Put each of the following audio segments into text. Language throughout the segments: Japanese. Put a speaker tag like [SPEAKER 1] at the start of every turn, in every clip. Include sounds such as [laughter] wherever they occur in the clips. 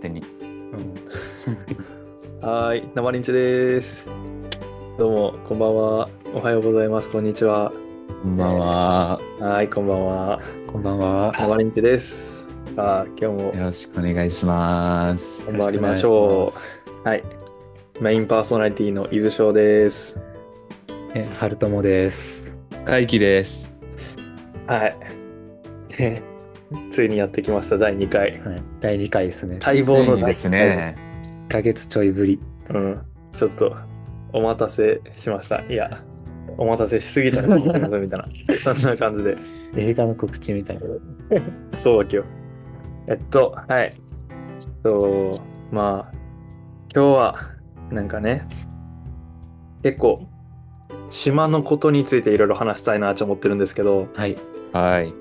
[SPEAKER 1] 手に。
[SPEAKER 2] はい、生リンチです。どうも、こんばんは。おはようございます。こんにちは。
[SPEAKER 1] こんばんは。
[SPEAKER 2] はい、こんばんは。
[SPEAKER 3] こんばんは。
[SPEAKER 2] 生リンチです。さあ、今日
[SPEAKER 1] よ
[SPEAKER 2] も
[SPEAKER 1] ろしくお願いします。
[SPEAKER 2] 頑張りましょう。はい。メインパーソナリティの伊豆翔です。
[SPEAKER 3] え、はるともです。
[SPEAKER 1] 会議です。
[SPEAKER 2] はい。 [laughs] ねついにやってきました、第2回。
[SPEAKER 3] はい、第2回ですね。
[SPEAKER 2] 待
[SPEAKER 1] つ
[SPEAKER 2] 望
[SPEAKER 1] い
[SPEAKER 2] の
[SPEAKER 1] にですね。
[SPEAKER 3] 1ヶ月ちょいぶり。
[SPEAKER 2] うん。ちょっと、お待たせしました。いや、お待たせしすぎたな、みたいな。そんな感じで。
[SPEAKER 3] 映画の告知みたいな。
[SPEAKER 2] そうだけど。えっと、はい。えっと、まあ、今日は、なんかね、結構、島のことについていろいろ話したいなと思ってるんですけど、
[SPEAKER 3] はい。
[SPEAKER 1] はい。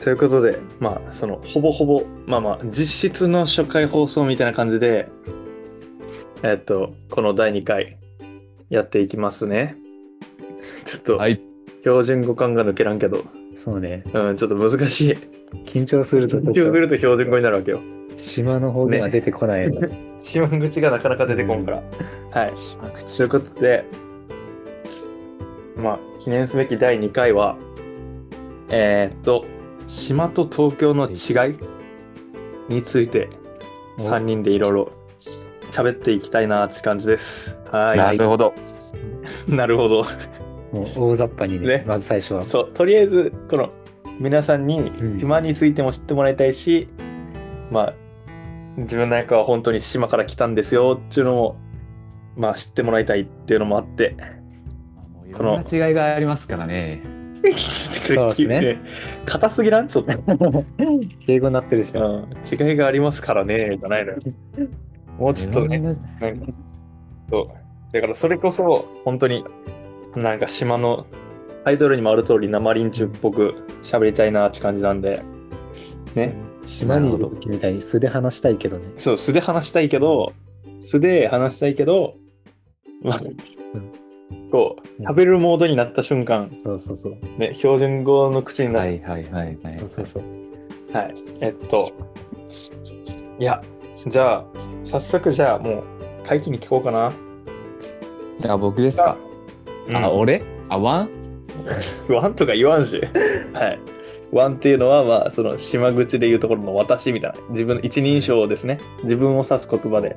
[SPEAKER 2] ということで、まあ、その、ほぼほぼ、まあまあ、実質の初回放送みたいな感じで、えっと、この第2回、やっていきますね。 [laughs] ちょっと、
[SPEAKER 1] はい。
[SPEAKER 2] 標準語感が抜けらんけど、
[SPEAKER 3] そうね。
[SPEAKER 2] うん、ちょっと難しい。
[SPEAKER 3] 緊張すると、
[SPEAKER 2] 緊 [laughs] 張すると標準語になるわけよ。
[SPEAKER 3] 島の方では出てこない
[SPEAKER 2] [laughs]
[SPEAKER 3] の。
[SPEAKER 2] 島口がなかなか出てこんから。はい。
[SPEAKER 1] 島口
[SPEAKER 2] ということで、まあ、記念すべき第2回は、えーっと、島と東京の違いについて、
[SPEAKER 3] お
[SPEAKER 2] 3人でいろいろ喋っていきたいなって感じです。は。
[SPEAKER 1] ないるほど。
[SPEAKER 2] なるほど。
[SPEAKER 3] もう大雑把にね、
[SPEAKER 2] ね
[SPEAKER 3] まず最初
[SPEAKER 2] [laughs]
[SPEAKER 3] は。
[SPEAKER 2] そう、とりあえず、この、皆さんに
[SPEAKER 3] うん
[SPEAKER 2] 島についても知ってもらいたいし、まあ、自分なんかは本当に島から来たんですよっていうのも、まあ、知ってもらいたいっていうのもあって、
[SPEAKER 1] この違いがありますからね。
[SPEAKER 2] そう
[SPEAKER 3] ですね。
[SPEAKER 2] [laughs] 硬すぎらんちょっと。
[SPEAKER 3] 英語になってるし。
[SPEAKER 2] うん、違いがありますからね、じゃないのよ。もうちょっとね、
[SPEAKER 1] いろん
[SPEAKER 2] なんかそう。だからそれこそ、本当に、なんか島の、タイトルにもある通り、生臨中っぽく喋りたいなって感じなんで、ね。
[SPEAKER 3] 島にいる時みたいに素で話したいけどね。
[SPEAKER 2] そう、素で話したいけど、素で話したいけど、まあ、こう、食べるモードになった瞬間、
[SPEAKER 3] そうそうそう。
[SPEAKER 2] ね、標準語の口に
[SPEAKER 1] な
[SPEAKER 2] な
[SPEAKER 1] は
[SPEAKER 2] る。
[SPEAKER 1] いはいはいはい
[SPEAKER 3] そう。そうそう。
[SPEAKER 2] はい。えっと、いや、じゃあ、早速じゃあもう、会議に聞こうかな。
[SPEAKER 1] じゃあ僕ですか。
[SPEAKER 2] あ
[SPEAKER 1] あ、、俺あ、ワン
[SPEAKER 2] ワンとか言わんし。 [laughs] はい。ワンっていうのは、まあ、その、島口で言うところの私みたいな、自分の一人称ですね。自分を指す言葉で、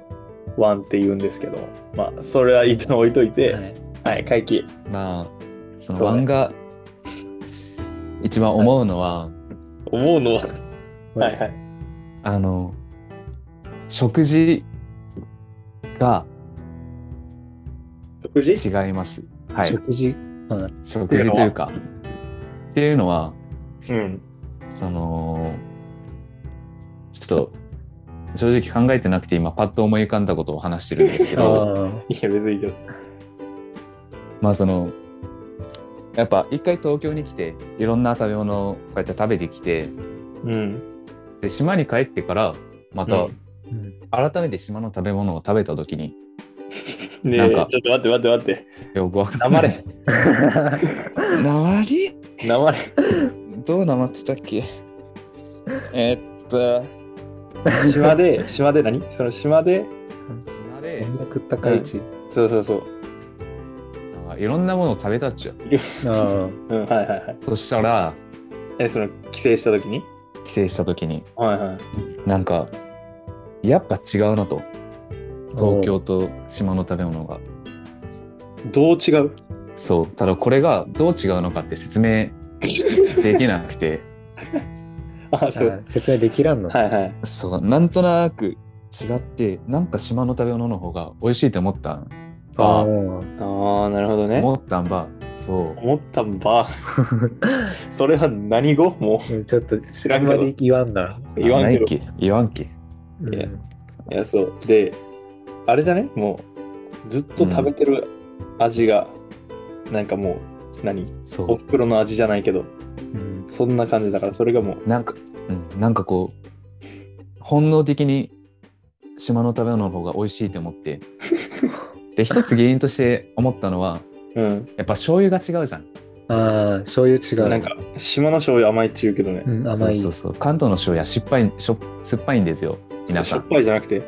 [SPEAKER 2] ワンって言うんですけど、まあ、それは一旦置いといて、
[SPEAKER 3] はい
[SPEAKER 2] はい、会議。
[SPEAKER 1] まあ、そのワンが一番思うのは、
[SPEAKER 2] 思うのは、はいはい。
[SPEAKER 1] あの、食事が
[SPEAKER 2] 食事
[SPEAKER 1] 違います。はい。
[SPEAKER 3] 食事。はい
[SPEAKER 1] 食事というか。っていうのは、
[SPEAKER 2] うん。
[SPEAKER 1] その、ちょっと、正直考えてなくて今パッと思い浮かんだことを話してるんですけ
[SPEAKER 3] あ
[SPEAKER 2] [laughs]
[SPEAKER 1] ど、
[SPEAKER 3] ー
[SPEAKER 2] いや、別にいいです。
[SPEAKER 1] まあその、やっぱ一回東京に来て、いろんな食べ物をこうやって食べてきて、
[SPEAKER 2] うん。
[SPEAKER 1] で、島に帰ってから、ま
[SPEAKER 2] う
[SPEAKER 1] た
[SPEAKER 2] ん
[SPEAKER 3] うん
[SPEAKER 1] 改めて島の食べ物を食べた時に、
[SPEAKER 2] ね
[SPEAKER 1] な
[SPEAKER 2] え、
[SPEAKER 1] ん
[SPEAKER 2] ちょ
[SPEAKER 1] か
[SPEAKER 2] っと待って待って待って。
[SPEAKER 1] よくわかんな
[SPEAKER 2] 黙
[SPEAKER 1] い。 [laughs]
[SPEAKER 2] れ。
[SPEAKER 1] 黙り
[SPEAKER 2] 黙れ。
[SPEAKER 1] どう黙ってたっけえっと、
[SPEAKER 2] 島で、島で何その島で、
[SPEAKER 1] 島で
[SPEAKER 3] こんな食ったかいち。
[SPEAKER 2] そうそうそう。
[SPEAKER 1] なんかいろんなものを食べたっちゅう。
[SPEAKER 3] ああ。
[SPEAKER 2] うん、はいはいはい。
[SPEAKER 1] そしたら、
[SPEAKER 2] え、その、帰省した時に
[SPEAKER 1] 帰省した時に、
[SPEAKER 2] はいはい。
[SPEAKER 1] なんか、やっぱ違うなと。東京と島の食べ物が。
[SPEAKER 2] どう違う
[SPEAKER 1] そう。ただこれがどう違うのかって説
[SPEAKER 2] [laughs]
[SPEAKER 1] 明できなくて、
[SPEAKER 2] あ、
[SPEAKER 3] あ
[SPEAKER 2] そう。
[SPEAKER 3] ー。説明できらんの。
[SPEAKER 2] はいはい。
[SPEAKER 1] そう、なんとなく違って、なんか島の食べ物の方が美味しいと思ったん
[SPEAKER 3] あ
[SPEAKER 1] ば、
[SPEAKER 3] ー
[SPEAKER 2] ああ、なるほどね。
[SPEAKER 1] 思ったんば、そう。
[SPEAKER 2] 思ったんば。それは何語も
[SPEAKER 3] うんちょっと
[SPEAKER 2] う知
[SPEAKER 3] あ
[SPEAKER 2] らん
[SPEAKER 3] ん
[SPEAKER 2] け
[SPEAKER 3] ま
[SPEAKER 2] ど。
[SPEAKER 3] り
[SPEAKER 2] い
[SPEAKER 3] 言わんな。
[SPEAKER 2] 言わ
[SPEAKER 1] あ
[SPEAKER 2] んけど
[SPEAKER 1] ないっけ言わんけ。
[SPEAKER 3] うん
[SPEAKER 2] いやや、そう。で、あれじゃねもう、ずっと食べてる味が、なんかもう、何
[SPEAKER 1] そ
[SPEAKER 2] おふくろの味じゃないけど、
[SPEAKER 3] うん
[SPEAKER 2] そんな感じだから、それがもう、
[SPEAKER 1] う。なんか、うん、なんかこう、本能的に島の食べ物の方が美味しいと思
[SPEAKER 2] [laughs]
[SPEAKER 1] って。で、一つ原因として思ったのは、
[SPEAKER 2] うん。
[SPEAKER 1] やっぱ醤油が違うじゃん。
[SPEAKER 3] ああ、醤油違う。
[SPEAKER 2] なんか、島の醤油甘いっちゅうけどね
[SPEAKER 3] う。ん、甘い。
[SPEAKER 1] そうそうそう関東の塩や酸っぱいしょ酸っぱいんですよ皆
[SPEAKER 2] し
[SPEAKER 1] さ
[SPEAKER 2] ょっ
[SPEAKER 1] ん。
[SPEAKER 2] ぱいじゃなくて。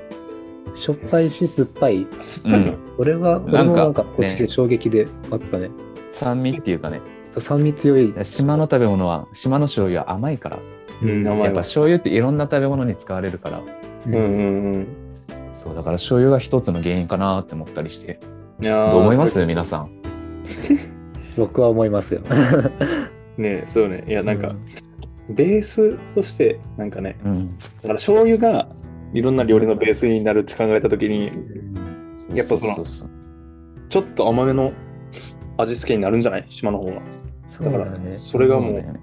[SPEAKER 3] しょっぱいし酸っぱい。
[SPEAKER 2] 酸
[SPEAKER 1] う
[SPEAKER 2] っぱいの、
[SPEAKER 1] ん、
[SPEAKER 3] 俺は、俺もなんかこっちで衝撃であったね。
[SPEAKER 1] 酸味っていうかね、
[SPEAKER 3] そう酸味強い。
[SPEAKER 1] 島の食べ物は、島の醤油は甘いから、
[SPEAKER 2] うん、名
[SPEAKER 1] や
[SPEAKER 2] 前
[SPEAKER 1] っぱ
[SPEAKER 2] は。
[SPEAKER 1] 醤油っていろんな食べ物に使われるから、
[SPEAKER 3] う
[SPEAKER 2] うん
[SPEAKER 3] ん
[SPEAKER 2] うん
[SPEAKER 1] そう、だから醤油が一つの原因かなって思ったりして、
[SPEAKER 2] うん。やー
[SPEAKER 1] どう思います皆さん。
[SPEAKER 3] 僕は思い
[SPEAKER 2] [laughs]
[SPEAKER 3] ますよ。
[SPEAKER 2] ねそうね。いや、なんか、
[SPEAKER 3] う
[SPEAKER 2] ベースとして、なんかね、
[SPEAKER 1] うん。
[SPEAKER 2] だから醤油がいろんな料理のベースになるって考えたときに、やっぱその
[SPEAKER 1] うそう
[SPEAKER 2] ちょっと甘めの味付けになるんじゃない島の方は。
[SPEAKER 3] そう
[SPEAKER 2] だか
[SPEAKER 3] だ
[SPEAKER 2] ら、
[SPEAKER 3] ね。
[SPEAKER 2] それが
[SPEAKER 1] そ
[SPEAKER 2] も
[SPEAKER 1] う
[SPEAKER 2] う
[SPEAKER 1] だ、よね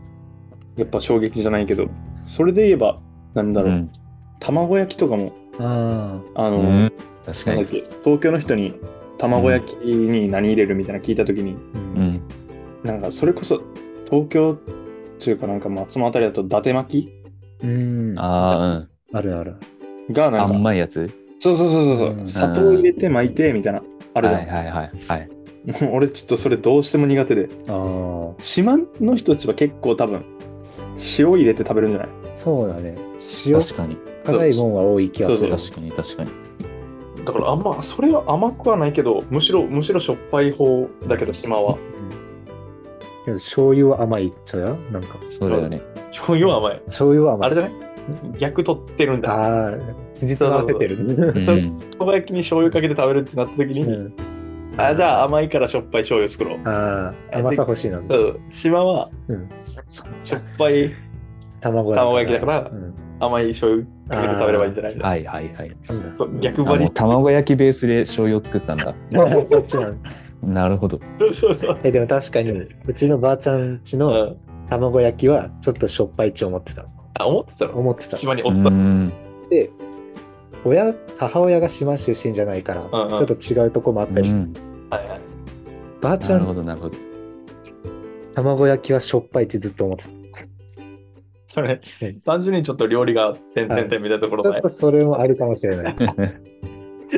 [SPEAKER 2] やっぱ衝撃じゃないけど、それで言えば、なんだろう、
[SPEAKER 1] うん
[SPEAKER 2] 卵焼きとかも、
[SPEAKER 3] ああ。
[SPEAKER 2] あの、
[SPEAKER 1] うん確か
[SPEAKER 2] なんだ
[SPEAKER 1] に
[SPEAKER 2] っ。け東京の人に卵焼きに何入れるみたいなの聞いたときに、
[SPEAKER 3] う。
[SPEAKER 1] うんん。
[SPEAKER 2] なんかそれこそ東京というかなんかまあその辺りだと伊達巻
[SPEAKER 3] うん、あ
[SPEAKER 1] あ
[SPEAKER 3] るある。
[SPEAKER 2] が
[SPEAKER 1] あ、
[SPEAKER 2] な
[SPEAKER 1] うんん。
[SPEAKER 2] か
[SPEAKER 1] 甘いやつ
[SPEAKER 2] そうそうそうそう、
[SPEAKER 3] うん
[SPEAKER 2] 砂糖入れて巻いてみたいなあれだ、
[SPEAKER 1] はいはいはいはい。
[SPEAKER 2] も [laughs] う俺ちょっとそれどうしても苦手で
[SPEAKER 3] ああ。
[SPEAKER 2] 島の人たちは結構多分塩入れて食べるんじゃない
[SPEAKER 3] そうだね。塩
[SPEAKER 1] 確かに。
[SPEAKER 3] 辛いもんは多い気がす
[SPEAKER 2] そう
[SPEAKER 3] る。
[SPEAKER 1] 確かに確かに。
[SPEAKER 2] だからあんまそれは甘くはないけどむしろむしろしょっぱい方だけど島は [laughs]
[SPEAKER 3] けど醤油は甘いっちゃうよなんか。
[SPEAKER 1] そうだよね。
[SPEAKER 2] 醤油は甘い
[SPEAKER 3] 醤油は甘い。
[SPEAKER 2] あれじゃない逆取ってるんだ
[SPEAKER 3] ああ、辻褄合わせてる。
[SPEAKER 1] う
[SPEAKER 3] ね
[SPEAKER 1] ん。
[SPEAKER 2] [laughs] 卵焼きに醤油かけて食べるってなった時に、
[SPEAKER 3] うん
[SPEAKER 2] あじゃあ甘いからしょっぱい醤油作ろう
[SPEAKER 3] ああ、甘さ欲しいなんだ。
[SPEAKER 2] そう島は
[SPEAKER 3] うん
[SPEAKER 2] しょっぱい
[SPEAKER 3] 卵
[SPEAKER 2] 卵焼きだから
[SPEAKER 3] うん
[SPEAKER 2] 甘い醤油かけて食べればいいんじゃない
[SPEAKER 1] はいはいはい。
[SPEAKER 2] そう逆
[SPEAKER 1] あ
[SPEAKER 2] 張
[SPEAKER 1] もう
[SPEAKER 2] り
[SPEAKER 1] 卵焼きベースで醤油を作ったんだ。
[SPEAKER 3] うん [laughs] そっちなん
[SPEAKER 1] なるほど。
[SPEAKER 2] [laughs] そうそう
[SPEAKER 3] えでも確かに、うちのばあちゃん家
[SPEAKER 2] う
[SPEAKER 3] の
[SPEAKER 2] ん
[SPEAKER 3] 卵焼きはちょっとしょっぱいって思ってた。
[SPEAKER 2] あ思ってたの
[SPEAKER 3] 思ってた。
[SPEAKER 2] 島にお
[SPEAKER 1] う
[SPEAKER 2] った
[SPEAKER 1] ん。
[SPEAKER 3] で、親、母親が島出身じゃないから、ち
[SPEAKER 2] んう
[SPEAKER 3] ょ
[SPEAKER 2] ん
[SPEAKER 3] っと違うとこもあった
[SPEAKER 1] う
[SPEAKER 3] り、
[SPEAKER 1] ん
[SPEAKER 2] はいはい
[SPEAKER 3] ばあちゃ
[SPEAKER 1] なるほ
[SPEAKER 3] ん、
[SPEAKER 1] どなるほど。
[SPEAKER 3] 卵焼きはしょっぱいってずっと思ってた。
[SPEAKER 2] それ単純にちょっと料理が点々点みたいなところ
[SPEAKER 3] ちょ
[SPEAKER 2] だ
[SPEAKER 3] っ
[SPEAKER 2] ね
[SPEAKER 3] とそれもあるかもし
[SPEAKER 1] [laughs]
[SPEAKER 3] れない。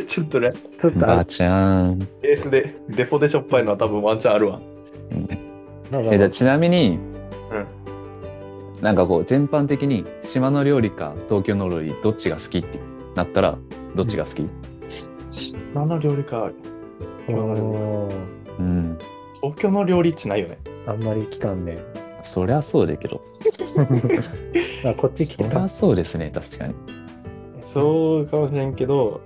[SPEAKER 2] ちょっとね
[SPEAKER 3] ちょっと
[SPEAKER 1] ば
[SPEAKER 3] あ
[SPEAKER 1] あ
[SPEAKER 3] る。
[SPEAKER 1] ちゃん。
[SPEAKER 2] ベースでデフォでしょっぱいのは多分ワンチャンあるわ
[SPEAKER 3] まあまあ
[SPEAKER 1] えじゃあちなみに、
[SPEAKER 2] うん
[SPEAKER 1] なんかこう全般的に島の料理か東京の料理どっちが好きってなったらどっちが好き、
[SPEAKER 2] 島の料理か
[SPEAKER 3] おー
[SPEAKER 1] うん、
[SPEAKER 2] 東京の料理っちないよね
[SPEAKER 3] あんまり来たんね。
[SPEAKER 1] そりゃそうだけど
[SPEAKER 3] まあこっち来
[SPEAKER 1] そ
[SPEAKER 3] て
[SPEAKER 1] り
[SPEAKER 3] た
[SPEAKER 1] ゃ。そうですね確かに
[SPEAKER 2] そうかもしれんけど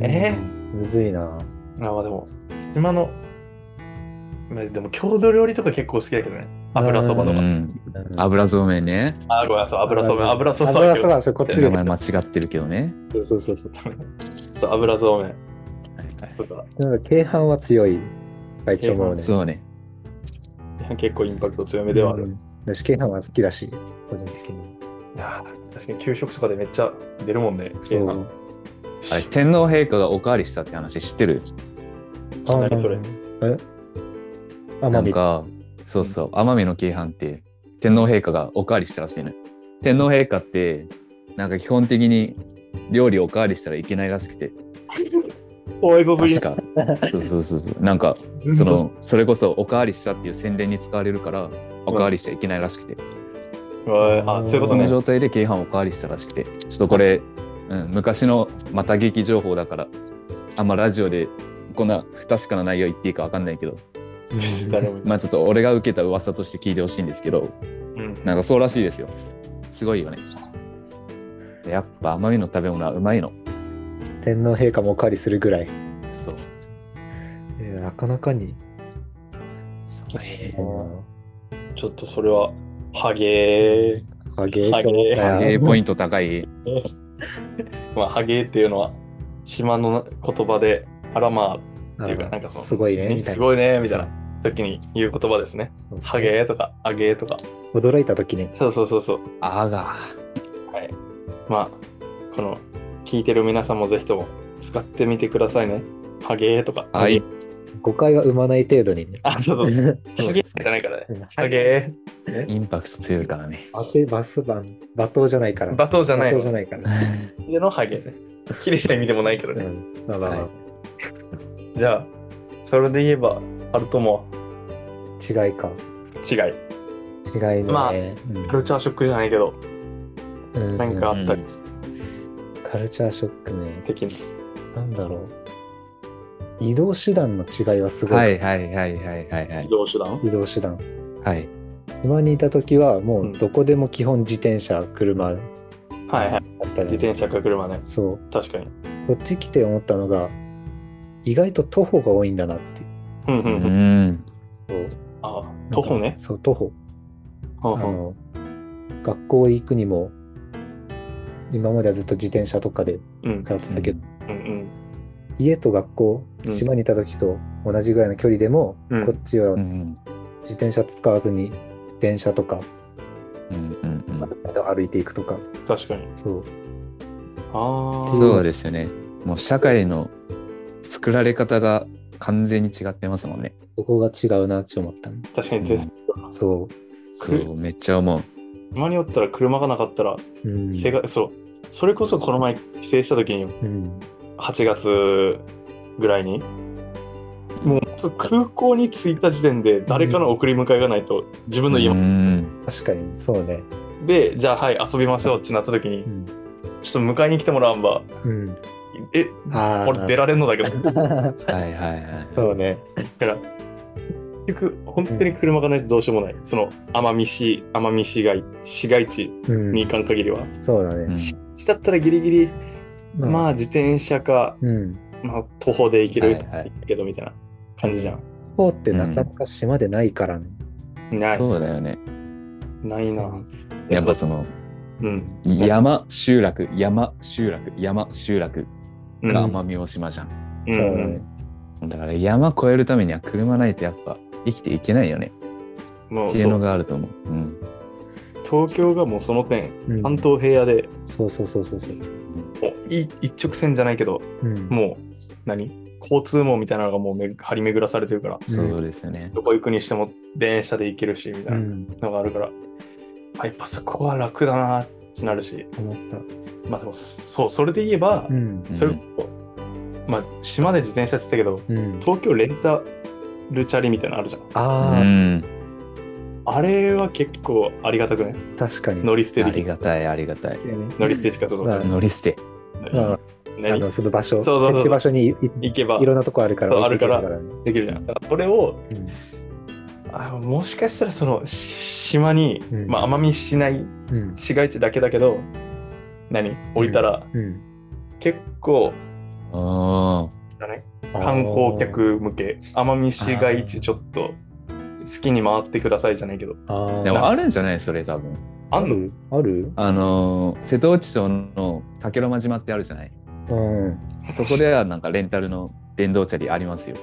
[SPEAKER 2] えー
[SPEAKER 3] うんむずいな。
[SPEAKER 2] あまあでも島のまあでも郷土料理とか結構好きだけどね油そば
[SPEAKER 1] う
[SPEAKER 2] とか
[SPEAKER 1] ん油そうめんね
[SPEAKER 2] あごめんそう油そば油そば
[SPEAKER 3] 油そば、そうこっち
[SPEAKER 1] 名
[SPEAKER 3] で
[SPEAKER 1] 前間違ってるけどね
[SPEAKER 3] そうそうそうそう。
[SPEAKER 2] そう油そうめんとか
[SPEAKER 3] なんか、軽犯は強い。会長もね。
[SPEAKER 1] そうね
[SPEAKER 2] [laughs] 結構インパクト強めではある、
[SPEAKER 3] うん。私、軽犯は好きだし、個人的に。
[SPEAKER 2] いやー確かに給食とかでめっちゃ出るもんね
[SPEAKER 3] そ
[SPEAKER 2] あ
[SPEAKER 3] う。
[SPEAKER 1] あれ天皇陛下がおかわりしたって話知ってる
[SPEAKER 3] あ
[SPEAKER 2] 何それ
[SPEAKER 3] え
[SPEAKER 1] な
[SPEAKER 3] 奄
[SPEAKER 1] ん
[SPEAKER 3] 美。
[SPEAKER 1] かそうそう奄美の鶏飯って天皇陛下がおかわりしたらしいの、よ天皇陛下ってなんか基本的に料理おかわりしたらいけないらしくて
[SPEAKER 2] かわいそうすぎ
[SPEAKER 1] 確
[SPEAKER 2] る
[SPEAKER 1] かそうそうそうそうなんかそのそれこそおかわりしたっていう宣伝に使われるからおかわりしちゃいけないらしくて、
[SPEAKER 2] おいあそういう
[SPEAKER 1] そ
[SPEAKER 2] こと
[SPEAKER 1] の
[SPEAKER 2] ね
[SPEAKER 1] 状態で鶏飯おかわりしたらしくてちょっとこれ、うん、昔のまた劇情報だからあんまラジオでこんな不確かな内容言っていいかわかんないけど
[SPEAKER 2] 別に誰もいない
[SPEAKER 1] まあちょっと俺が受けた噂として聞いてほしいんですけど
[SPEAKER 2] うん
[SPEAKER 1] なんかそうらしいですよ。すごいよね。やっぱ甘みの食べ物はうまいの。
[SPEAKER 3] 天皇陛下もお借りするぐらい。
[SPEAKER 1] そう。
[SPEAKER 3] えーなかなかに。
[SPEAKER 2] ちょっとそれはハゲ
[SPEAKER 3] ハゲーと思ったよ
[SPEAKER 1] ハゲーポイント高い。
[SPEAKER 2] ーまあハゲーっていうのは島の言葉であらま
[SPEAKER 3] あ
[SPEAKER 2] っていうかなんかその
[SPEAKER 3] すごいね、み
[SPEAKER 2] あ
[SPEAKER 3] たい
[SPEAKER 2] す
[SPEAKER 3] な。
[SPEAKER 2] ごいねみたいな時に言う言葉ですね
[SPEAKER 3] そう
[SPEAKER 2] ハゲーとかアゲーとか
[SPEAKER 3] 驚いた時に。
[SPEAKER 2] そうそうそうそう
[SPEAKER 1] あが。
[SPEAKER 2] はいまあこの聞いてる皆さんもぜひとも使ってみてくださいねハゲーとか
[SPEAKER 1] はい。
[SPEAKER 3] 誤解は生まない程度にね。
[SPEAKER 2] あそうそう
[SPEAKER 1] そう
[SPEAKER 2] ハ
[SPEAKER 1] で
[SPEAKER 2] ゲー
[SPEAKER 1] す
[SPEAKER 2] じゃ
[SPEAKER 1] ね。
[SPEAKER 2] ないからね
[SPEAKER 3] うん
[SPEAKER 2] ハゲ
[SPEAKER 1] インパクト強いからね。
[SPEAKER 3] 当てバスバン、罵倒じゃないから。
[SPEAKER 2] ー罵倒じゃない
[SPEAKER 3] 罵
[SPEAKER 2] わ
[SPEAKER 3] 倒じゃないから。
[SPEAKER 2] でのハゲね。綺麗な意味でもないけど
[SPEAKER 3] う
[SPEAKER 2] ね。
[SPEAKER 3] ん。まあまあまあ
[SPEAKER 1] は
[SPEAKER 2] じゃあ、それで言えば、ハルトも
[SPEAKER 3] 違いか。
[SPEAKER 2] 違い。
[SPEAKER 3] 違いね。
[SPEAKER 2] まあ
[SPEAKER 3] うん
[SPEAKER 2] カルチャーショックじゃないけど、
[SPEAKER 3] う
[SPEAKER 2] なんかあったり。
[SPEAKER 1] う
[SPEAKER 3] カカルチャーショックね。
[SPEAKER 2] 的な。
[SPEAKER 3] なんだろう。移動手段の違いはすごい。
[SPEAKER 1] はいはいはいはいはいは
[SPEAKER 2] 移
[SPEAKER 1] い。
[SPEAKER 2] 動手段
[SPEAKER 3] 移動手段。
[SPEAKER 1] はい。
[SPEAKER 3] 島にいた時はもうんうどこでも基本自転車、車だ
[SPEAKER 2] はいはい。
[SPEAKER 3] った
[SPEAKER 2] 自
[SPEAKER 3] り、
[SPEAKER 2] 転車か車ね。
[SPEAKER 3] そう。
[SPEAKER 2] 確かに。
[SPEAKER 3] こっち来て思ったのが、意外と徒歩が多いんだなっていう。
[SPEAKER 2] うんう
[SPEAKER 1] うん
[SPEAKER 2] うん。
[SPEAKER 1] ん。
[SPEAKER 3] そう
[SPEAKER 2] あ、徒歩ね。
[SPEAKER 3] そう、徒歩。
[SPEAKER 2] ほう
[SPEAKER 3] あ
[SPEAKER 2] ほう
[SPEAKER 3] の学校行くにも今まではずっと自転車とかで
[SPEAKER 2] うん
[SPEAKER 3] 通ってたけど、
[SPEAKER 2] うん
[SPEAKER 3] 家と学校
[SPEAKER 2] うん
[SPEAKER 3] 島にいた時と同じぐらいの距離でも、
[SPEAKER 2] うん
[SPEAKER 3] こっちは
[SPEAKER 1] うん
[SPEAKER 3] 自転車使わずに電車とか、
[SPEAKER 1] うんうんうんうん
[SPEAKER 3] あと歩いていくとか
[SPEAKER 2] うん。確かに。
[SPEAKER 3] そう
[SPEAKER 2] ああ。
[SPEAKER 1] そうですよね。もう社会の作られ方が完全に違ってますもんね。
[SPEAKER 3] そこが違うなって思ったね
[SPEAKER 2] 確かに絶
[SPEAKER 3] そ
[SPEAKER 1] そう、めっちゃ思う。
[SPEAKER 2] 車におったら車がなかったら、
[SPEAKER 3] う、うん
[SPEAKER 2] せがそうそれこそこの前帰省した時に
[SPEAKER 3] うん、
[SPEAKER 2] 8月ぐらいにもうまず空港に着いた時点で誰かの送り迎えがないと自分の家
[SPEAKER 1] う
[SPEAKER 2] ま
[SPEAKER 1] ん
[SPEAKER 3] 確かにそうね
[SPEAKER 2] で、じゃあはい遊びましょうってなった時に
[SPEAKER 3] うん、
[SPEAKER 2] ちょっと迎えに来てもらわんば
[SPEAKER 3] うん、
[SPEAKER 2] え
[SPEAKER 3] ああ
[SPEAKER 2] 俺出られんのだけどだ
[SPEAKER 1] はいはいはい。
[SPEAKER 3] そうね
[SPEAKER 2] から結局本当に車がないとどうしようもないその奄美市奄美市街市街地
[SPEAKER 3] うん
[SPEAKER 2] に行かん限りは、
[SPEAKER 3] そうだね、
[SPEAKER 2] だったらギリギリ、ま
[SPEAKER 3] あ
[SPEAKER 2] あ自転車か、
[SPEAKER 3] うん
[SPEAKER 2] まあ、徒歩で行ける、
[SPEAKER 1] はいはい
[SPEAKER 2] けどみたいな感じじゃん。
[SPEAKER 3] こうってなかなか島でないからね、
[SPEAKER 1] うん
[SPEAKER 2] ない。
[SPEAKER 1] そうだよね。
[SPEAKER 2] ないな。
[SPEAKER 1] やっぱその
[SPEAKER 2] うん。
[SPEAKER 1] 山集落、山集落、山集落
[SPEAKER 2] うん
[SPEAKER 1] が奄美大島じゃん。
[SPEAKER 2] う
[SPEAKER 3] そ
[SPEAKER 2] ん
[SPEAKER 3] うだね
[SPEAKER 1] だから山越えるためには車ないとやっぱ生きていけないよね
[SPEAKER 2] もう
[SPEAKER 1] っていうの
[SPEAKER 2] そう
[SPEAKER 1] があると思う。うん
[SPEAKER 2] 東京がもうその点、
[SPEAKER 3] うん
[SPEAKER 2] 関東平野で
[SPEAKER 3] そうそうそうそうそう
[SPEAKER 2] もうい一直線じゃないけど、
[SPEAKER 3] うん
[SPEAKER 2] もう何交通網みたいなのがもうめ張り巡らされてるから、
[SPEAKER 1] そうですよね。
[SPEAKER 2] どこ行くにしても電車で行けるしみた
[SPEAKER 3] う、
[SPEAKER 2] いなんのがあるから、あやっぱそこは楽だなってなるし、
[SPEAKER 3] 思った。
[SPEAKER 2] まあでもそう、それで言えば、
[SPEAKER 3] ん
[SPEAKER 1] うん
[SPEAKER 2] それこそ、まあ島で自転車って言ったけど、
[SPEAKER 3] うん、
[SPEAKER 2] 東京レンタルチャリみたいなのあるじゃん。
[SPEAKER 1] う
[SPEAKER 3] ああ、
[SPEAKER 1] ん、
[SPEAKER 2] あれは結構ありがたくない
[SPEAKER 3] 確かに。
[SPEAKER 2] 乗り捨て
[SPEAKER 1] あ
[SPEAKER 2] で
[SPEAKER 1] り
[SPEAKER 2] きる。
[SPEAKER 1] がたいありがたい。
[SPEAKER 2] 乗り捨てしかそこ
[SPEAKER 3] まあ
[SPEAKER 1] 乗り捨て。
[SPEAKER 3] まあ、あ
[SPEAKER 2] 何
[SPEAKER 3] のその場所、
[SPEAKER 2] そうそうそう
[SPEAKER 3] 設置場所にいい
[SPEAKER 2] 行けば
[SPEAKER 3] いろんなとこあるから
[SPEAKER 2] そうあるから
[SPEAKER 3] 置いていけ
[SPEAKER 2] できるじゃん。だからそれを
[SPEAKER 3] るからね
[SPEAKER 2] あもしかしたらそのし島に、
[SPEAKER 3] うん
[SPEAKER 2] まあ、奄美市内
[SPEAKER 3] うんうん
[SPEAKER 2] 市街地だけだけど何降りたら
[SPEAKER 3] うん
[SPEAKER 2] 結構、
[SPEAKER 1] あ
[SPEAKER 2] だね観光客向け奄美市街
[SPEAKER 3] あ
[SPEAKER 2] 地
[SPEAKER 3] ー
[SPEAKER 2] ちょっと好きに回ってくださいじゃないけど
[SPEAKER 3] あー
[SPEAKER 1] あ。でもあるんじゃないそれ多分。
[SPEAKER 2] あ
[SPEAKER 3] あ
[SPEAKER 2] んの
[SPEAKER 3] るある
[SPEAKER 1] あのー瀬戸内町の竹呂間島ってあるじゃない
[SPEAKER 3] うん
[SPEAKER 1] そこではなんかレンタルの電動チャリありますよ。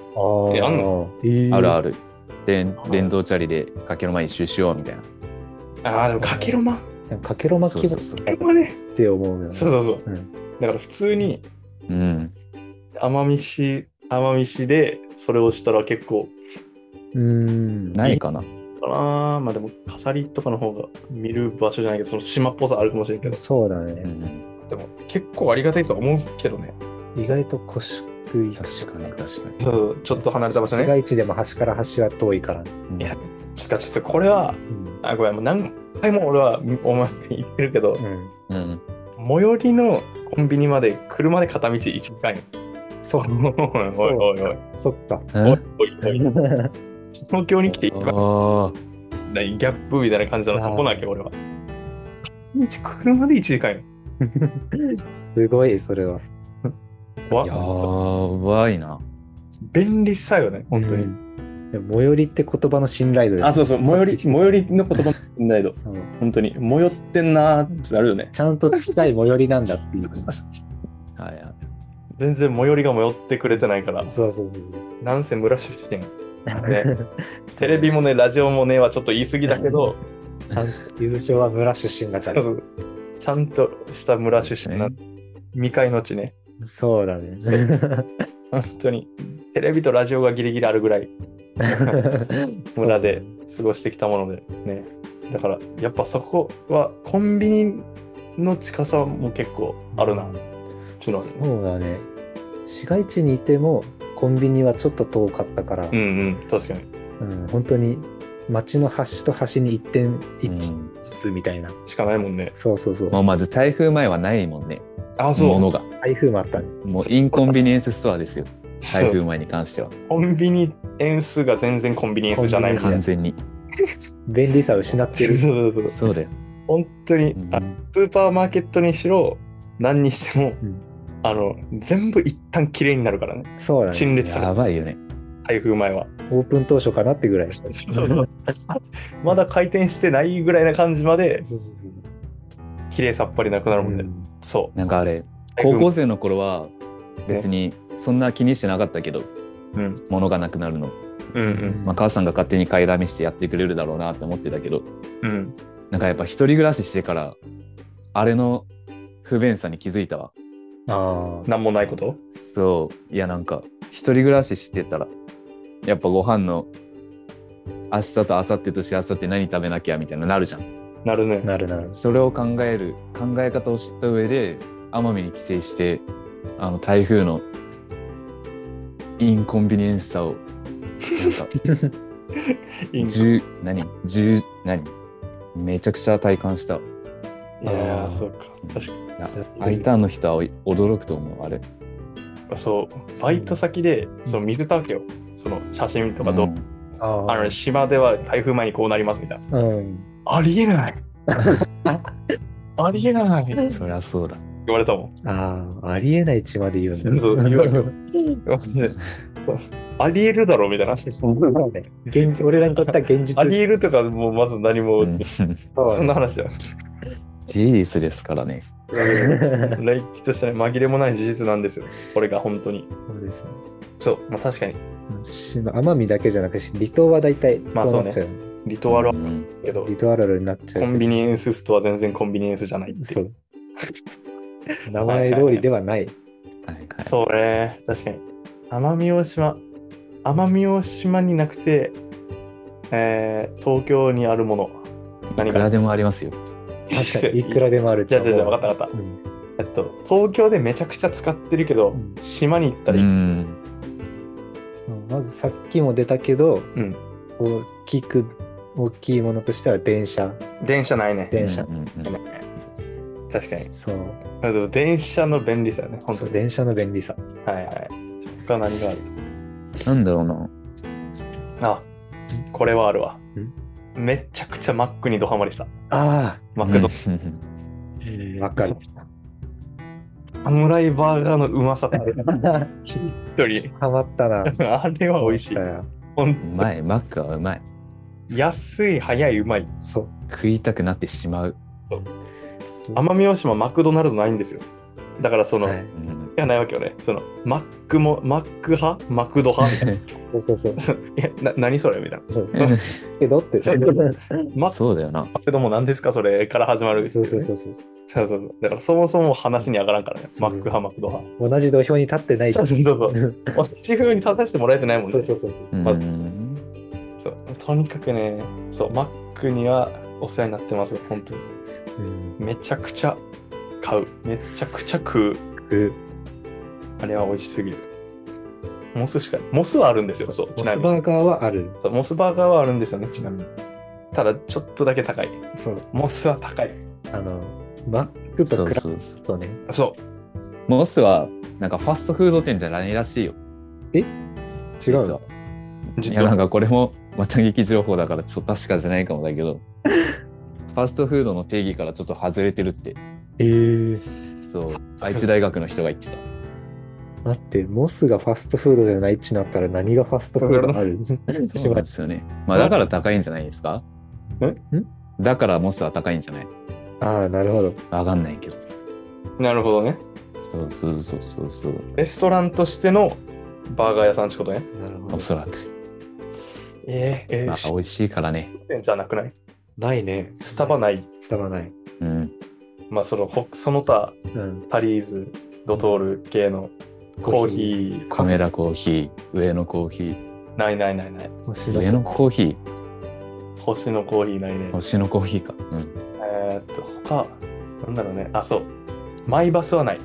[SPEAKER 3] あ
[SPEAKER 2] えあん
[SPEAKER 3] の
[SPEAKER 1] あるあ
[SPEAKER 3] る
[SPEAKER 1] る。で電動チャリで竹呂間一周しようみたいな。
[SPEAKER 2] あーでもかけろま
[SPEAKER 3] かけろま
[SPEAKER 1] そ
[SPEAKER 3] 気
[SPEAKER 1] う
[SPEAKER 3] 分
[SPEAKER 1] そうそ
[SPEAKER 3] っ
[SPEAKER 1] う。
[SPEAKER 2] かけろまね
[SPEAKER 3] て思うよね
[SPEAKER 2] そうそうそう、
[SPEAKER 3] うん
[SPEAKER 2] だから普通に
[SPEAKER 1] うん。
[SPEAKER 2] 奄美市奄美市でそれをしたら結構
[SPEAKER 3] うーん
[SPEAKER 1] ないかな。
[SPEAKER 2] かなーまあでも飾りとかの方が見る場所じゃないけどその島っぽさあるかもしれんけど
[SPEAKER 3] そうだ
[SPEAKER 1] う
[SPEAKER 3] ね
[SPEAKER 1] ん、
[SPEAKER 2] でも結構ありがたいとは思うけどね
[SPEAKER 3] 意外と腰低い
[SPEAKER 1] 確かに確か
[SPEAKER 2] そうちょっと離れた場所
[SPEAKER 3] 市
[SPEAKER 2] ね
[SPEAKER 3] 街地でも端から端は遠いからね
[SPEAKER 1] に。
[SPEAKER 2] いやしかちょっとこれ
[SPEAKER 3] う
[SPEAKER 2] は
[SPEAKER 3] ん
[SPEAKER 2] あごめんもう何回も俺はお前に言ってるけど
[SPEAKER 3] うん
[SPEAKER 1] うん、
[SPEAKER 2] 最寄りのコンビニまで車で片道1時間よ
[SPEAKER 3] そ
[SPEAKER 2] おいおいおい
[SPEAKER 3] そっか
[SPEAKER 1] え
[SPEAKER 2] おいおいおい東京に来て一番
[SPEAKER 1] あー
[SPEAKER 2] ないギャップみたいな感じなのそこなわけ俺は片道車で1時間よ
[SPEAKER 3] すごいそれは
[SPEAKER 2] わ
[SPEAKER 1] やばいな。
[SPEAKER 2] 便利さよね本当に、
[SPEAKER 3] うんでも最寄りって言葉の信頼度で
[SPEAKER 2] あ、そうそう、最寄り、最寄りの言葉なんだけど、
[SPEAKER 3] そう
[SPEAKER 2] 本当に、迷ってんなーってなるよね。
[SPEAKER 3] ちゃんと近い最寄りなんだっていう。
[SPEAKER 1] はいはい
[SPEAKER 2] 全然最寄りが迷ってくれてないから、
[SPEAKER 3] そうそうそう
[SPEAKER 2] なんせ村出
[SPEAKER 3] [laughs]
[SPEAKER 2] 身。
[SPEAKER 3] そう。
[SPEAKER 2] ねテレビもね、ラジオもねはちょっと言い過ぎだけ
[SPEAKER 3] [laughs]
[SPEAKER 2] ど、
[SPEAKER 3] ちゃんと伊豆町は村出身だから。
[SPEAKER 2] ちゃんとした村出身な、
[SPEAKER 1] そう
[SPEAKER 2] 未開の地ね。
[SPEAKER 3] そうだね。
[SPEAKER 2] そ本当に、テレビとラジオがギリギリあるぐらい村で過ごしてきたもので、ね。だから、やっぱそこは、コンビニの近さも結構あるな、うちの。
[SPEAKER 3] そうだね。市街地にいてもコンビニはちょっと遠かったから、
[SPEAKER 2] うんうん、確かに。
[SPEAKER 3] うん本当に街の端と端に一点一
[SPEAKER 1] う
[SPEAKER 3] 致
[SPEAKER 1] ん
[SPEAKER 3] ずつみたいな。
[SPEAKER 2] しかないもんね。
[SPEAKER 3] そうそうそう。
[SPEAKER 1] もうまず台風前はないもんね。
[SPEAKER 2] あ、
[SPEAKER 1] も
[SPEAKER 2] そう。
[SPEAKER 1] のが。
[SPEAKER 3] 台風もあったね。
[SPEAKER 1] もうインコンビニエンスストアですよ。台
[SPEAKER 2] そう
[SPEAKER 1] 風前に関しては。
[SPEAKER 2] コンビニエンスが全然コンビニエンスじゃないみたい
[SPEAKER 1] 完
[SPEAKER 2] な。
[SPEAKER 1] 全に。
[SPEAKER 3] 便利さを失って
[SPEAKER 2] そう
[SPEAKER 3] る。
[SPEAKER 2] そうそう
[SPEAKER 1] そうだよ。
[SPEAKER 2] 本当に、
[SPEAKER 1] うん
[SPEAKER 2] あスーパーマーケットにしろ、何にしても、
[SPEAKER 3] うん
[SPEAKER 2] あの、全部一旦綺麗になるからね。
[SPEAKER 3] そうだね。
[SPEAKER 2] 陳列され
[SPEAKER 1] やばいよね。
[SPEAKER 2] 台風前は。
[SPEAKER 3] オープン当初かなってぐらい。そう
[SPEAKER 2] そうそう [laughs] まだ回転してないぐらいな感じまで、
[SPEAKER 3] そうそう
[SPEAKER 2] 綺麗さっぱりなくなるもんね。
[SPEAKER 3] うん
[SPEAKER 2] そ
[SPEAKER 1] なんかあれ、
[SPEAKER 2] う。
[SPEAKER 1] 高校生の頃は別にそんな気にしてなかったけど、
[SPEAKER 2] うん。
[SPEAKER 1] 物がなくなるの。
[SPEAKER 2] うん
[SPEAKER 1] まあ、母さんが勝手に買いだめしてやってくれるだろうなって思ってたけど、
[SPEAKER 2] うん。うん。
[SPEAKER 1] なんかやっぱ一人暮らししてから、あれの不便さに気づいたわ。
[SPEAKER 3] ああ。
[SPEAKER 2] なんもないこと
[SPEAKER 1] そう。いや、なんか、一人暮らししてたら、やっぱご飯の、明日と明後日とし明後日何食べなきゃみたいななるじゃん。
[SPEAKER 2] なるね。
[SPEAKER 3] なるなる。
[SPEAKER 1] それを考える、考え方を知った上で、奄美に帰省して、あの、台風のインコンビニエンスさを、なん
[SPEAKER 2] [laughs]
[SPEAKER 1] か、
[SPEAKER 2] いいんだ
[SPEAKER 1] 十、何十、何めちゃくちゃ体感した。い
[SPEAKER 2] いやー、そうか。確か
[SPEAKER 1] や、アイターンの人は驚くと思う、あれ。
[SPEAKER 2] に。そう、バイト先で、そう、見せたわけよ。その写真とかどう、
[SPEAKER 1] うん
[SPEAKER 3] あ
[SPEAKER 2] あの、島では台風前にこうなりますみたいな。
[SPEAKER 3] あ。うん。
[SPEAKER 2] ありえ [laughs] ないありえないって
[SPEAKER 1] そりゃそう
[SPEAKER 2] [laughs]
[SPEAKER 1] だ。
[SPEAKER 2] 言われたもん。
[SPEAKER 3] ああ、ありえない地まで言うんだ。
[SPEAKER 2] そう言うわけよありえるだろみたいな。
[SPEAKER 3] [laughs] 現俺らにとっては現実
[SPEAKER 2] ありえるとかもうまず何も、
[SPEAKER 1] うん
[SPEAKER 3] そう
[SPEAKER 2] そんな話だ。
[SPEAKER 1] 事実ですからね。
[SPEAKER 2] 来期としては紛れもない事実なんですよ。これが本当に。
[SPEAKER 3] そうですね。
[SPEAKER 2] そう、まあ確かに。
[SPEAKER 3] 島奄美だけじゃなくし、離島は大体
[SPEAKER 2] まあそ
[SPEAKER 3] そううな
[SPEAKER 2] ね
[SPEAKER 3] っちゃう。
[SPEAKER 2] リトアロあ
[SPEAKER 1] う
[SPEAKER 2] る
[SPEAKER 1] ん
[SPEAKER 2] けど、
[SPEAKER 3] 離島あるあるになっちゃう
[SPEAKER 2] コ。ンビニエンスストは全然コンビニエンスじゃないっていう。
[SPEAKER 3] そう。名前通りではな
[SPEAKER 1] は
[SPEAKER 3] い。
[SPEAKER 1] いはい
[SPEAKER 2] そうね、確かに。奄美大島、奄美大島になくて、えー、東京にあるもの。何
[SPEAKER 1] いく
[SPEAKER 2] から
[SPEAKER 1] でもありますよ。
[SPEAKER 3] 確
[SPEAKER 2] [laughs]
[SPEAKER 3] かに、いくらでもある
[SPEAKER 2] じゃあじゃあじゃあ、
[SPEAKER 3] 分。
[SPEAKER 2] 分かった分かった
[SPEAKER 3] うん
[SPEAKER 2] た。えっと、東京でめちゃくちゃ使ってるけど、
[SPEAKER 3] うん
[SPEAKER 2] 島に行った
[SPEAKER 1] う
[SPEAKER 2] らいい。
[SPEAKER 1] ん。
[SPEAKER 3] うんまずさっきも出たけど、
[SPEAKER 2] うん。
[SPEAKER 3] 大きく、大きいものとしては電車。
[SPEAKER 2] 電車ないね。
[SPEAKER 3] 電車。
[SPEAKER 1] うんうんうん
[SPEAKER 2] 確かに。
[SPEAKER 3] そう。
[SPEAKER 2] あでも電車の便利さよね、本当
[SPEAKER 3] そう、
[SPEAKER 2] に。
[SPEAKER 3] 電車の便利さ。
[SPEAKER 2] はいはい。他何がある
[SPEAKER 1] なんだろうな。
[SPEAKER 2] あ、これはあるわ
[SPEAKER 3] ん。
[SPEAKER 2] めちゃくちゃマックにドハマりした。
[SPEAKER 3] あ
[SPEAKER 2] マク
[SPEAKER 1] [laughs] う
[SPEAKER 2] ド。
[SPEAKER 1] ん
[SPEAKER 3] あ、わ
[SPEAKER 2] [laughs]
[SPEAKER 3] かる。
[SPEAKER 2] サムライバーガーのうまさたる一人。
[SPEAKER 3] ハマったな。
[SPEAKER 2] あれは美味しい。ほ
[SPEAKER 1] うんまい、マックはうまい。
[SPEAKER 2] 安い、早い、うまい。
[SPEAKER 3] そう。
[SPEAKER 1] 食いたくなってしまう。
[SPEAKER 2] 奄美大島マクドナルドないんですよ。だからその、、
[SPEAKER 3] はいい
[SPEAKER 1] うん
[SPEAKER 2] やないわけよね。そのマックもマック派、マクド派みたいな
[SPEAKER 3] そうそうそう。
[SPEAKER 2] そう。いやな何それみたいな。
[SPEAKER 3] そうけどって。
[SPEAKER 2] [laughs] そ
[SPEAKER 3] そうう
[SPEAKER 2] マッ
[SPEAKER 1] そうだよな。
[SPEAKER 2] クドも何ですかそれから始まる、
[SPEAKER 3] そうそうそうそう。
[SPEAKER 2] そうそうそうだからそもそも話に上がらんからね。マ
[SPEAKER 3] そうそ
[SPEAKER 2] ッ
[SPEAKER 3] う
[SPEAKER 2] ク派、マクド派。
[SPEAKER 3] 同じ土俵に立ってない。
[SPEAKER 2] そうそうそう
[SPEAKER 3] うん
[SPEAKER 2] そう。私風に立たせてもらえてないもんね。
[SPEAKER 3] そうそうそうそう。
[SPEAKER 1] うん
[SPEAKER 2] まずそうとにかくね、そうマックにはお世話になってます。本当に。
[SPEAKER 3] うん
[SPEAKER 2] めちゃくちゃ買う。めちゃくちゃ食う。あれは美味しすぎる。モスしかない。モスはあるんですよ、そう、
[SPEAKER 3] モス
[SPEAKER 2] ちな
[SPEAKER 3] バ
[SPEAKER 2] みに。
[SPEAKER 3] ーガーはある。
[SPEAKER 2] そうモスバーガーはあるんですよね、ちなみに。ただ、ちょっとだけ高い。
[SPEAKER 3] そう。
[SPEAKER 2] モスは高い。
[SPEAKER 3] あの、マック
[SPEAKER 1] そ
[SPEAKER 3] と
[SPEAKER 1] う
[SPEAKER 3] クラ
[SPEAKER 1] そうそう。
[SPEAKER 3] フトね。
[SPEAKER 2] そ
[SPEAKER 1] モスは、なんかファストフード店じゃないらしいよ。
[SPEAKER 3] 違う
[SPEAKER 1] 実は
[SPEAKER 3] の。
[SPEAKER 2] う、
[SPEAKER 1] い
[SPEAKER 2] 実
[SPEAKER 1] や、なん
[SPEAKER 2] は。
[SPEAKER 1] かこれも、また劇情報だから、ちょっと確かじゃないかもだけ
[SPEAKER 2] [laughs]
[SPEAKER 1] ど、ファストフードの定義からちょっと外れてるって、
[SPEAKER 3] えー
[SPEAKER 2] [laughs]
[SPEAKER 1] そう、愛知大学の人が言ってた。
[SPEAKER 3] 待って、モスがファストフードじゃないっちなったら何がファストフードある
[SPEAKER 1] [laughs] そうなんですよね。まあだから高いんじゃないですか
[SPEAKER 3] ん
[SPEAKER 1] だからモスは高いんじゃない
[SPEAKER 3] [laughs] ああ、なるほど。
[SPEAKER 1] わかんないけど。
[SPEAKER 2] なるほどね。
[SPEAKER 1] そうそうそうそうそう。
[SPEAKER 2] レストランとしてのバーガー屋さんってことね。
[SPEAKER 3] なるほ
[SPEAKER 1] お。そらく。
[SPEAKER 2] えええ
[SPEAKER 1] ま
[SPEAKER 2] ー、
[SPEAKER 1] あ
[SPEAKER 2] シ
[SPEAKER 1] 美味しいからね。
[SPEAKER 2] 店じゃなくない
[SPEAKER 3] ないね。
[SPEAKER 2] スタバない。
[SPEAKER 3] 伝わない。
[SPEAKER 1] うん。
[SPEAKER 2] まあ、その、ほその他、
[SPEAKER 3] うん。
[SPEAKER 2] タリーズ、ドトール系のコーヒー、
[SPEAKER 1] カメラコーヒー、上野コーヒー。
[SPEAKER 2] ないないないない。
[SPEAKER 3] 星
[SPEAKER 1] 上野コーヒ
[SPEAKER 2] 星のコーヒーないね
[SPEAKER 1] ー。星のコーヒーか。うん。
[SPEAKER 2] えーっと、他、なんだろうね。あ、そう。マイバスはない。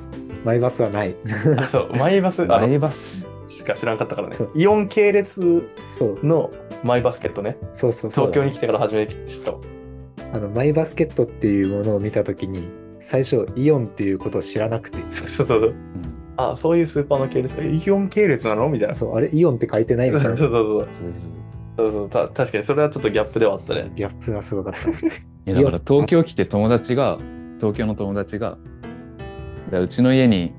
[SPEAKER 3] マイバスはない。
[SPEAKER 2] あ、そう。マイバス、あ
[SPEAKER 1] マ
[SPEAKER 2] の
[SPEAKER 1] イバス。
[SPEAKER 2] しか知らんかったからね
[SPEAKER 3] そう。
[SPEAKER 2] イオン系列
[SPEAKER 3] そう、
[SPEAKER 2] のマイバスケットね。
[SPEAKER 3] そうそうそうだ
[SPEAKER 2] 東京
[SPEAKER 3] ね
[SPEAKER 2] に来てから初めて知ったわ。
[SPEAKER 3] あのマイバスケットっていうものを見たときに、最初イオンっていうことを知らなくて
[SPEAKER 2] そうそうそうそう。
[SPEAKER 1] うん
[SPEAKER 2] あ、そういうスーパーの系列か。イオン系列なのみたいな。そう
[SPEAKER 3] そうあれイオンって書いてないみたい
[SPEAKER 2] そう
[SPEAKER 3] な
[SPEAKER 2] [laughs] そ
[SPEAKER 3] ギ
[SPEAKER 2] うそう。
[SPEAKER 1] そうですそうです
[SPEAKER 2] そうそうた確かにそれはちょっとギャップではあったね。
[SPEAKER 3] ャップがすごかった
[SPEAKER 1] いやだから東京来て友達が東京の友達がだからうちの家に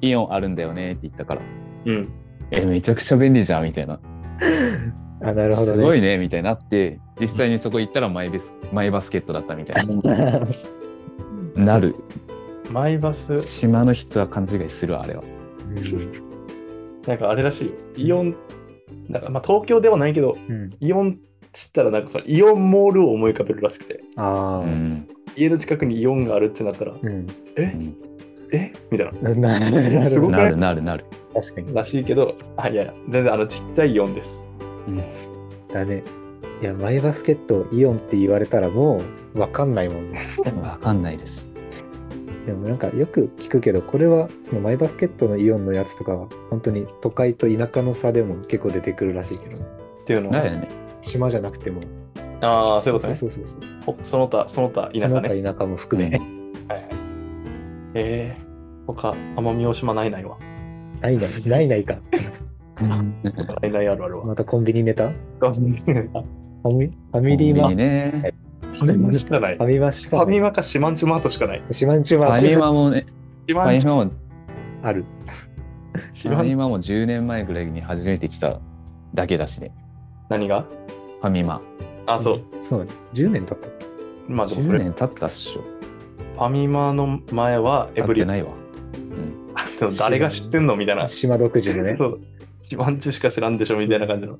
[SPEAKER 1] イオンあるんだよねって言ったから
[SPEAKER 2] うん。
[SPEAKER 1] えめちゃくちゃ便利じゃんみたいな
[SPEAKER 3] あなるほど
[SPEAKER 1] す
[SPEAKER 3] ね
[SPEAKER 1] ごいねみたいになって実際にそこ行ったらマイベスマイバスケットだったみたいななる
[SPEAKER 2] マイバス、
[SPEAKER 1] 島の人は勘違いするわあれは
[SPEAKER 3] [laughs] う
[SPEAKER 2] なんかあれらしいよ。イオン、なんかまあ東京ではないけど、
[SPEAKER 3] んうん
[SPEAKER 2] イオンっつったらなんかそのイオンモールを思い浮かべるらしくて、
[SPEAKER 3] あ
[SPEAKER 1] う
[SPEAKER 3] あ
[SPEAKER 1] ん、
[SPEAKER 2] 家の近くにイオンがあるってなったら、
[SPEAKER 3] うん
[SPEAKER 2] ええみたいな。
[SPEAKER 3] うんなな
[SPEAKER 2] す
[SPEAKER 3] る
[SPEAKER 2] ご
[SPEAKER 3] ほ
[SPEAKER 2] い
[SPEAKER 3] ど
[SPEAKER 1] なるなるなる、
[SPEAKER 3] 確かに
[SPEAKER 2] らしいけど、あ、いやいや、全然あのちっちゃいイオンです。
[SPEAKER 3] だねいやマイバスケットをイオンって言われたらもう分かんないもんね [laughs]
[SPEAKER 1] わかんないです
[SPEAKER 3] でもなんかよく聞くけどこれはそのマイバスケットのイオンのやつとかは本当に都会と田舎の差でも結構出てくるらしいけど
[SPEAKER 2] っていうの
[SPEAKER 1] なん
[SPEAKER 2] は。
[SPEAKER 1] やね
[SPEAKER 3] 島じゃなくても
[SPEAKER 2] ああ、そういうことね。
[SPEAKER 3] そうそうそうそう
[SPEAKER 2] ほその他、その他、田
[SPEAKER 3] そ
[SPEAKER 2] 舎
[SPEAKER 3] の
[SPEAKER 2] ね。
[SPEAKER 3] 他田舎も含め、
[SPEAKER 2] はいはい。えー、他、奄美大島ないないわ。
[SPEAKER 3] ないないないない
[SPEAKER 2] [laughs]
[SPEAKER 3] か
[SPEAKER 2] ないないあるあるわ。 [laughs]
[SPEAKER 3] またコンビニネタフ
[SPEAKER 2] コンビニあ
[SPEAKER 3] ァミファミリー
[SPEAKER 1] コンビニ
[SPEAKER 3] マフ
[SPEAKER 1] ね
[SPEAKER 2] ファミマしかない。フ
[SPEAKER 3] ァミマしか
[SPEAKER 2] ァ
[SPEAKER 3] な
[SPEAKER 2] ミ
[SPEAKER 3] い
[SPEAKER 2] マかシマンチマートしかない。
[SPEAKER 3] 島んち
[SPEAKER 1] フ
[SPEAKER 3] は
[SPEAKER 1] ァミマもね
[SPEAKER 2] シ
[SPEAKER 1] フ
[SPEAKER 2] マ
[SPEAKER 1] ァ
[SPEAKER 2] ン
[SPEAKER 1] ミ
[SPEAKER 2] チ
[SPEAKER 1] マも
[SPEAKER 3] ある
[SPEAKER 2] シ
[SPEAKER 1] フ
[SPEAKER 2] マ
[SPEAKER 1] ァ
[SPEAKER 2] ン
[SPEAKER 1] ミマも10年前ぐらいに初めて来ただけだしね
[SPEAKER 2] 何が
[SPEAKER 1] ファミマ
[SPEAKER 2] あ、そう。
[SPEAKER 3] そうね10年経ったっけ
[SPEAKER 2] まあでもそ
[SPEAKER 1] 10
[SPEAKER 2] れ、フ
[SPEAKER 1] 年経ったっしょ
[SPEAKER 2] ァミマの前はエ
[SPEAKER 1] 会っ
[SPEAKER 2] ブ
[SPEAKER 1] て
[SPEAKER 2] リン。 [laughs]
[SPEAKER 1] ないわ
[SPEAKER 2] でも誰が知ってんのみたいな。
[SPEAKER 3] 島独自でね
[SPEAKER 2] そう。シマンチしか知らんでしょみたいな感じ
[SPEAKER 1] [laughs]
[SPEAKER 2] の。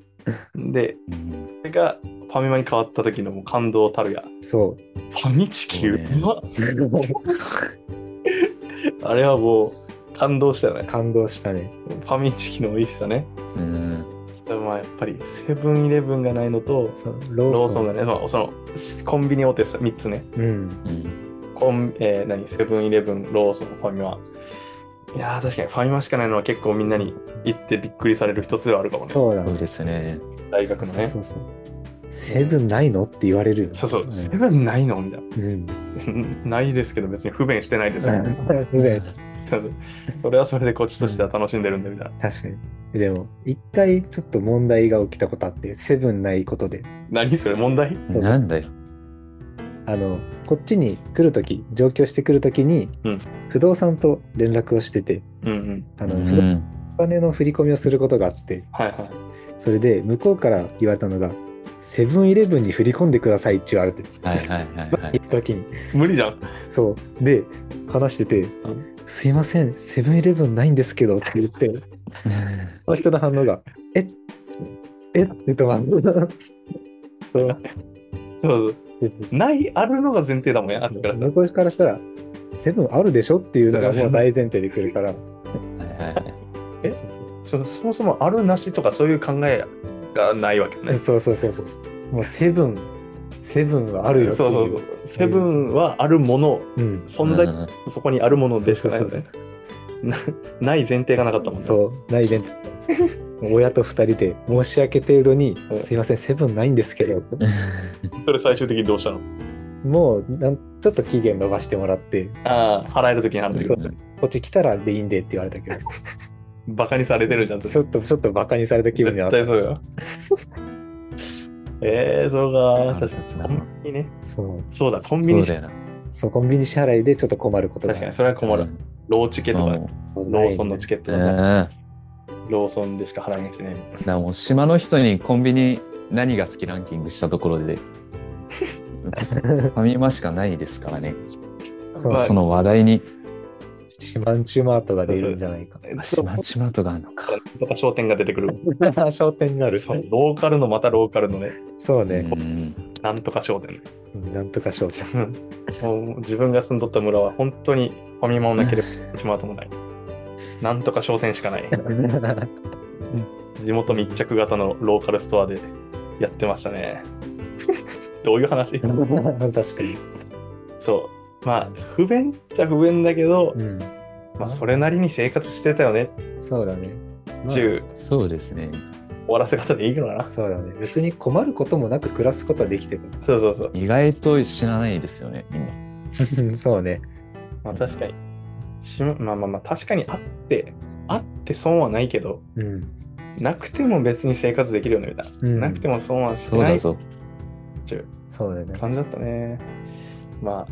[SPEAKER 2] で、
[SPEAKER 1] うん
[SPEAKER 2] それがファミマに変わった時のもう感動たるや。
[SPEAKER 3] そう
[SPEAKER 2] ファミチキ
[SPEAKER 1] そう
[SPEAKER 2] う
[SPEAKER 1] ね
[SPEAKER 2] まっあれはもう感動したよね。
[SPEAKER 3] 感動したね
[SPEAKER 2] ファミチキの美味しさね。
[SPEAKER 1] うん
[SPEAKER 2] でもまあやっぱりセブンイレブンがないのと、
[SPEAKER 3] そうロ
[SPEAKER 2] ロ
[SPEAKER 3] ー
[SPEAKER 2] ーソ
[SPEAKER 3] ソン
[SPEAKER 2] ンがね、まあそのコンビニ大手3つね。
[SPEAKER 3] うん
[SPEAKER 1] うん
[SPEAKER 2] コンえー何セブンイレブン、ローソン、ファミマ。いやー確かにファミマしかないのは結構みんなに言ってびっくりされる一つではあるかもね。
[SPEAKER 3] そうだ
[SPEAKER 1] そうですね
[SPEAKER 2] 大学のね。
[SPEAKER 3] そうそうそうセブンないのって言われるよね
[SPEAKER 2] そうそう、セブンないのみた
[SPEAKER 3] [laughs]
[SPEAKER 2] い
[SPEAKER 3] うん
[SPEAKER 2] な。ないですけど別に不便してないですよ。
[SPEAKER 3] で
[SPEAKER 2] それはそれでこっちとしては楽しんでるんでみたい
[SPEAKER 3] 確かにでも一回ちょっと問題が起きたことあってセブンないことで
[SPEAKER 2] な。何それ問題
[SPEAKER 3] そう
[SPEAKER 1] なんだよ
[SPEAKER 3] あのこっちに来るとき上京してくるときに、
[SPEAKER 2] うん
[SPEAKER 3] 不動産と連絡をしてて
[SPEAKER 2] うんうん。
[SPEAKER 3] あ
[SPEAKER 1] う
[SPEAKER 3] の、不動
[SPEAKER 1] ん
[SPEAKER 3] お金の振り込みをすることがあって
[SPEAKER 2] はいはい。
[SPEAKER 3] それで向こうから言われたのがセブンイレブンに振り込んでくださいって言われて
[SPEAKER 1] はい
[SPEAKER 3] [laughs]
[SPEAKER 1] はいはいは
[SPEAKER 3] 行
[SPEAKER 1] い
[SPEAKER 3] った時に
[SPEAKER 2] 無理じゃん。
[SPEAKER 3] そうで話してて
[SPEAKER 2] ん
[SPEAKER 3] 「すいませんセブンイレブンないんですけど」って言っ
[SPEAKER 2] [laughs]
[SPEAKER 3] てその人の反応が「ええっ?」て止まるそう
[SPEAKER 2] そうそう。ない、あるのが前提だもんや、あっちからしたら。
[SPEAKER 3] 向こうからしたら「セブンあるでしょ?」っていうのがもう大前提で来るから
[SPEAKER 1] はいはい
[SPEAKER 2] そのそもそもあるなしとかそういう考えがないわけね。
[SPEAKER 3] そうそうそうそうもうセブンセブンはあるよってい
[SPEAKER 2] そうそうそう。セブンはあるもの、
[SPEAKER 3] うん
[SPEAKER 2] 存在、
[SPEAKER 1] うん
[SPEAKER 2] そこにあるものでしかないよね。なない前提がなかったもんね。
[SPEAKER 3] そう、ないイベント。親と二人で申し訳程度に
[SPEAKER 2] うん、
[SPEAKER 3] すいません、セブンないんですけど、
[SPEAKER 2] [laughs] それ最終的にどうしたの
[SPEAKER 3] もうなんちょっと期限伸ばしてもらって、
[SPEAKER 2] ああ、払えるときに払うとき
[SPEAKER 3] そう。こっち来たらでいいんでって言われたけど、
[SPEAKER 2] バカにされてるじゃん、
[SPEAKER 3] ちょっと、ちょっとバカにされた気分にな
[SPEAKER 2] 絶
[SPEAKER 3] った。
[SPEAKER 2] 対そうよ。 [laughs] えー、そう
[SPEAKER 1] あ
[SPEAKER 2] か。
[SPEAKER 1] る
[SPEAKER 2] 確か
[SPEAKER 1] はずだな
[SPEAKER 2] に。コンビニね。
[SPEAKER 3] そう、
[SPEAKER 2] そうだ、コンビ
[SPEAKER 1] そう
[SPEAKER 2] ニ。
[SPEAKER 1] だよな
[SPEAKER 2] 確
[SPEAKER 3] そうコンビニ支払いでちょっと困ることが
[SPEAKER 2] かに、それは困る。ローチケとか、
[SPEAKER 3] そう
[SPEAKER 2] ロ
[SPEAKER 3] ない
[SPEAKER 2] ーソンのチケッ
[SPEAKER 1] う
[SPEAKER 2] トとか、
[SPEAKER 1] ん
[SPEAKER 2] ローソンでしか払えないしね。みたいな
[SPEAKER 1] だからもう島の人にコンビニ何が好きランキングしたところでファミマしかないですからね
[SPEAKER 3] そう
[SPEAKER 2] まあ
[SPEAKER 1] その話題に
[SPEAKER 3] シマンチュマートが出るんじゃないか。
[SPEAKER 1] あ島
[SPEAKER 2] そう
[SPEAKER 1] チマートがあるのか
[SPEAKER 2] とか商店が出てくる。
[SPEAKER 3] 商店がある。
[SPEAKER 2] [laughs] そうローカルのまたローカルのね、
[SPEAKER 3] そう
[SPEAKER 1] う
[SPEAKER 3] ね、
[SPEAKER 1] ん
[SPEAKER 2] なんとか商店。
[SPEAKER 3] うんなんとか商店。
[SPEAKER 2] もう自分が住んどった村は本当にファミマもなければしまうと
[SPEAKER 3] [laughs]
[SPEAKER 2] もない。なんとか商店しかない。地元密着型のローカルストアでやってました
[SPEAKER 3] [laughs]
[SPEAKER 2] ね。どういう話
[SPEAKER 3] 確かに。
[SPEAKER 2] そう。まあ、不便っちゃ不便だけど、
[SPEAKER 3] うん、
[SPEAKER 2] まあ、それなりに生活してたよね。
[SPEAKER 3] そうだね。まあ
[SPEAKER 2] 中、
[SPEAKER 1] そうですね
[SPEAKER 2] 終わらせ方でいいのかな。
[SPEAKER 3] そうだね。別に困ることもなく暮らすことはできて
[SPEAKER 2] そうそうそう。
[SPEAKER 1] 意外と知らないですよねみんな
[SPEAKER 3] た。そうね。 [laughs]
[SPEAKER 2] まあ確かに。しままあまあまあ、確かにあって、あって損はないけど、
[SPEAKER 3] うん。
[SPEAKER 2] なくても別に生活できるよねみたいな。
[SPEAKER 3] うん
[SPEAKER 2] なくても損はし
[SPEAKER 1] そう
[SPEAKER 2] な
[SPEAKER 1] だ
[SPEAKER 2] い
[SPEAKER 1] ぞ。
[SPEAKER 3] そうだよね。
[SPEAKER 2] 感じだったね。まあ、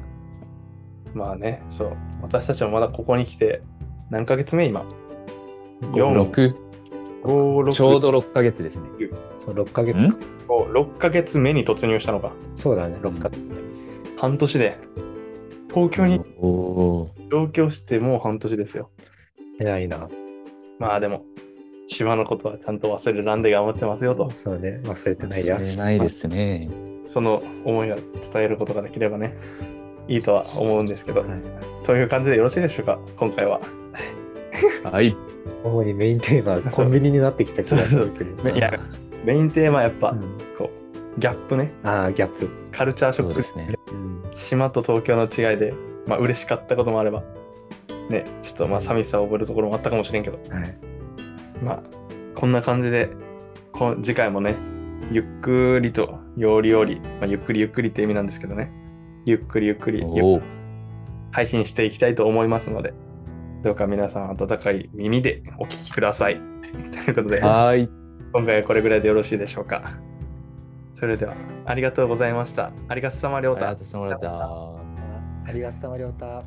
[SPEAKER 2] まあね、そう。私たちはまだここに来て、何ヶ月目今四
[SPEAKER 1] 6、
[SPEAKER 2] ?5、6、
[SPEAKER 1] ちょうど6ヶ月ですね。
[SPEAKER 3] そう6ヶ月か。
[SPEAKER 2] 6ヶ月目に突入したのか。
[SPEAKER 3] そうだね、6ヶ月。
[SPEAKER 2] 半年で。東京に
[SPEAKER 1] おおー。
[SPEAKER 2] 上京してもう半年ですよ。
[SPEAKER 3] 偉いな。
[SPEAKER 2] まあでも、島のことはちゃんと忘れずなんで頑張ってますよと、
[SPEAKER 3] そうね、忘れてないや
[SPEAKER 1] 忘。れないですね。
[SPEAKER 2] その思いが伝えることができればね、いいとは思うんですけど、という感じでよろしいでしょうか、今回は。
[SPEAKER 1] はい。
[SPEAKER 3] 主にメインテーマ、コンビニになってきた気がするけ
[SPEAKER 2] [laughs]
[SPEAKER 3] ど。
[SPEAKER 2] いや、メインテーマはやっぱ、
[SPEAKER 3] うん
[SPEAKER 2] こう、ギャップね、
[SPEAKER 3] ああ、ギャップ。
[SPEAKER 2] カルチャーショ
[SPEAKER 1] そう
[SPEAKER 2] ッ
[SPEAKER 1] で
[SPEAKER 2] ク、
[SPEAKER 1] すね。
[SPEAKER 3] うん。
[SPEAKER 2] 島と東京の違いで、まあ嬉しかったこともあれば、ね、ちょっとまあ寂しさを覚えるところもあったかもしれんけど、
[SPEAKER 3] はい。
[SPEAKER 2] まあ、こんな感じで、こ次回もね、ゆっくりと、よりより、まあ、ゆっくりゆっくりって意味なんですけどね、ゆっくりゆっくりゆっ
[SPEAKER 1] おお。
[SPEAKER 2] 配信していきたいと思いますので、どうか皆さん温かい耳でお聞きください。 [laughs] ということで、今
[SPEAKER 1] はーい。
[SPEAKER 2] 回はこれぐらいでよろしいでしょうか。それでは、ありがとうございました。ありがとうさまりょ
[SPEAKER 1] あ
[SPEAKER 2] う
[SPEAKER 1] りが
[SPEAKER 2] た
[SPEAKER 1] と。うございました。
[SPEAKER 3] ありがとうさまりょうた。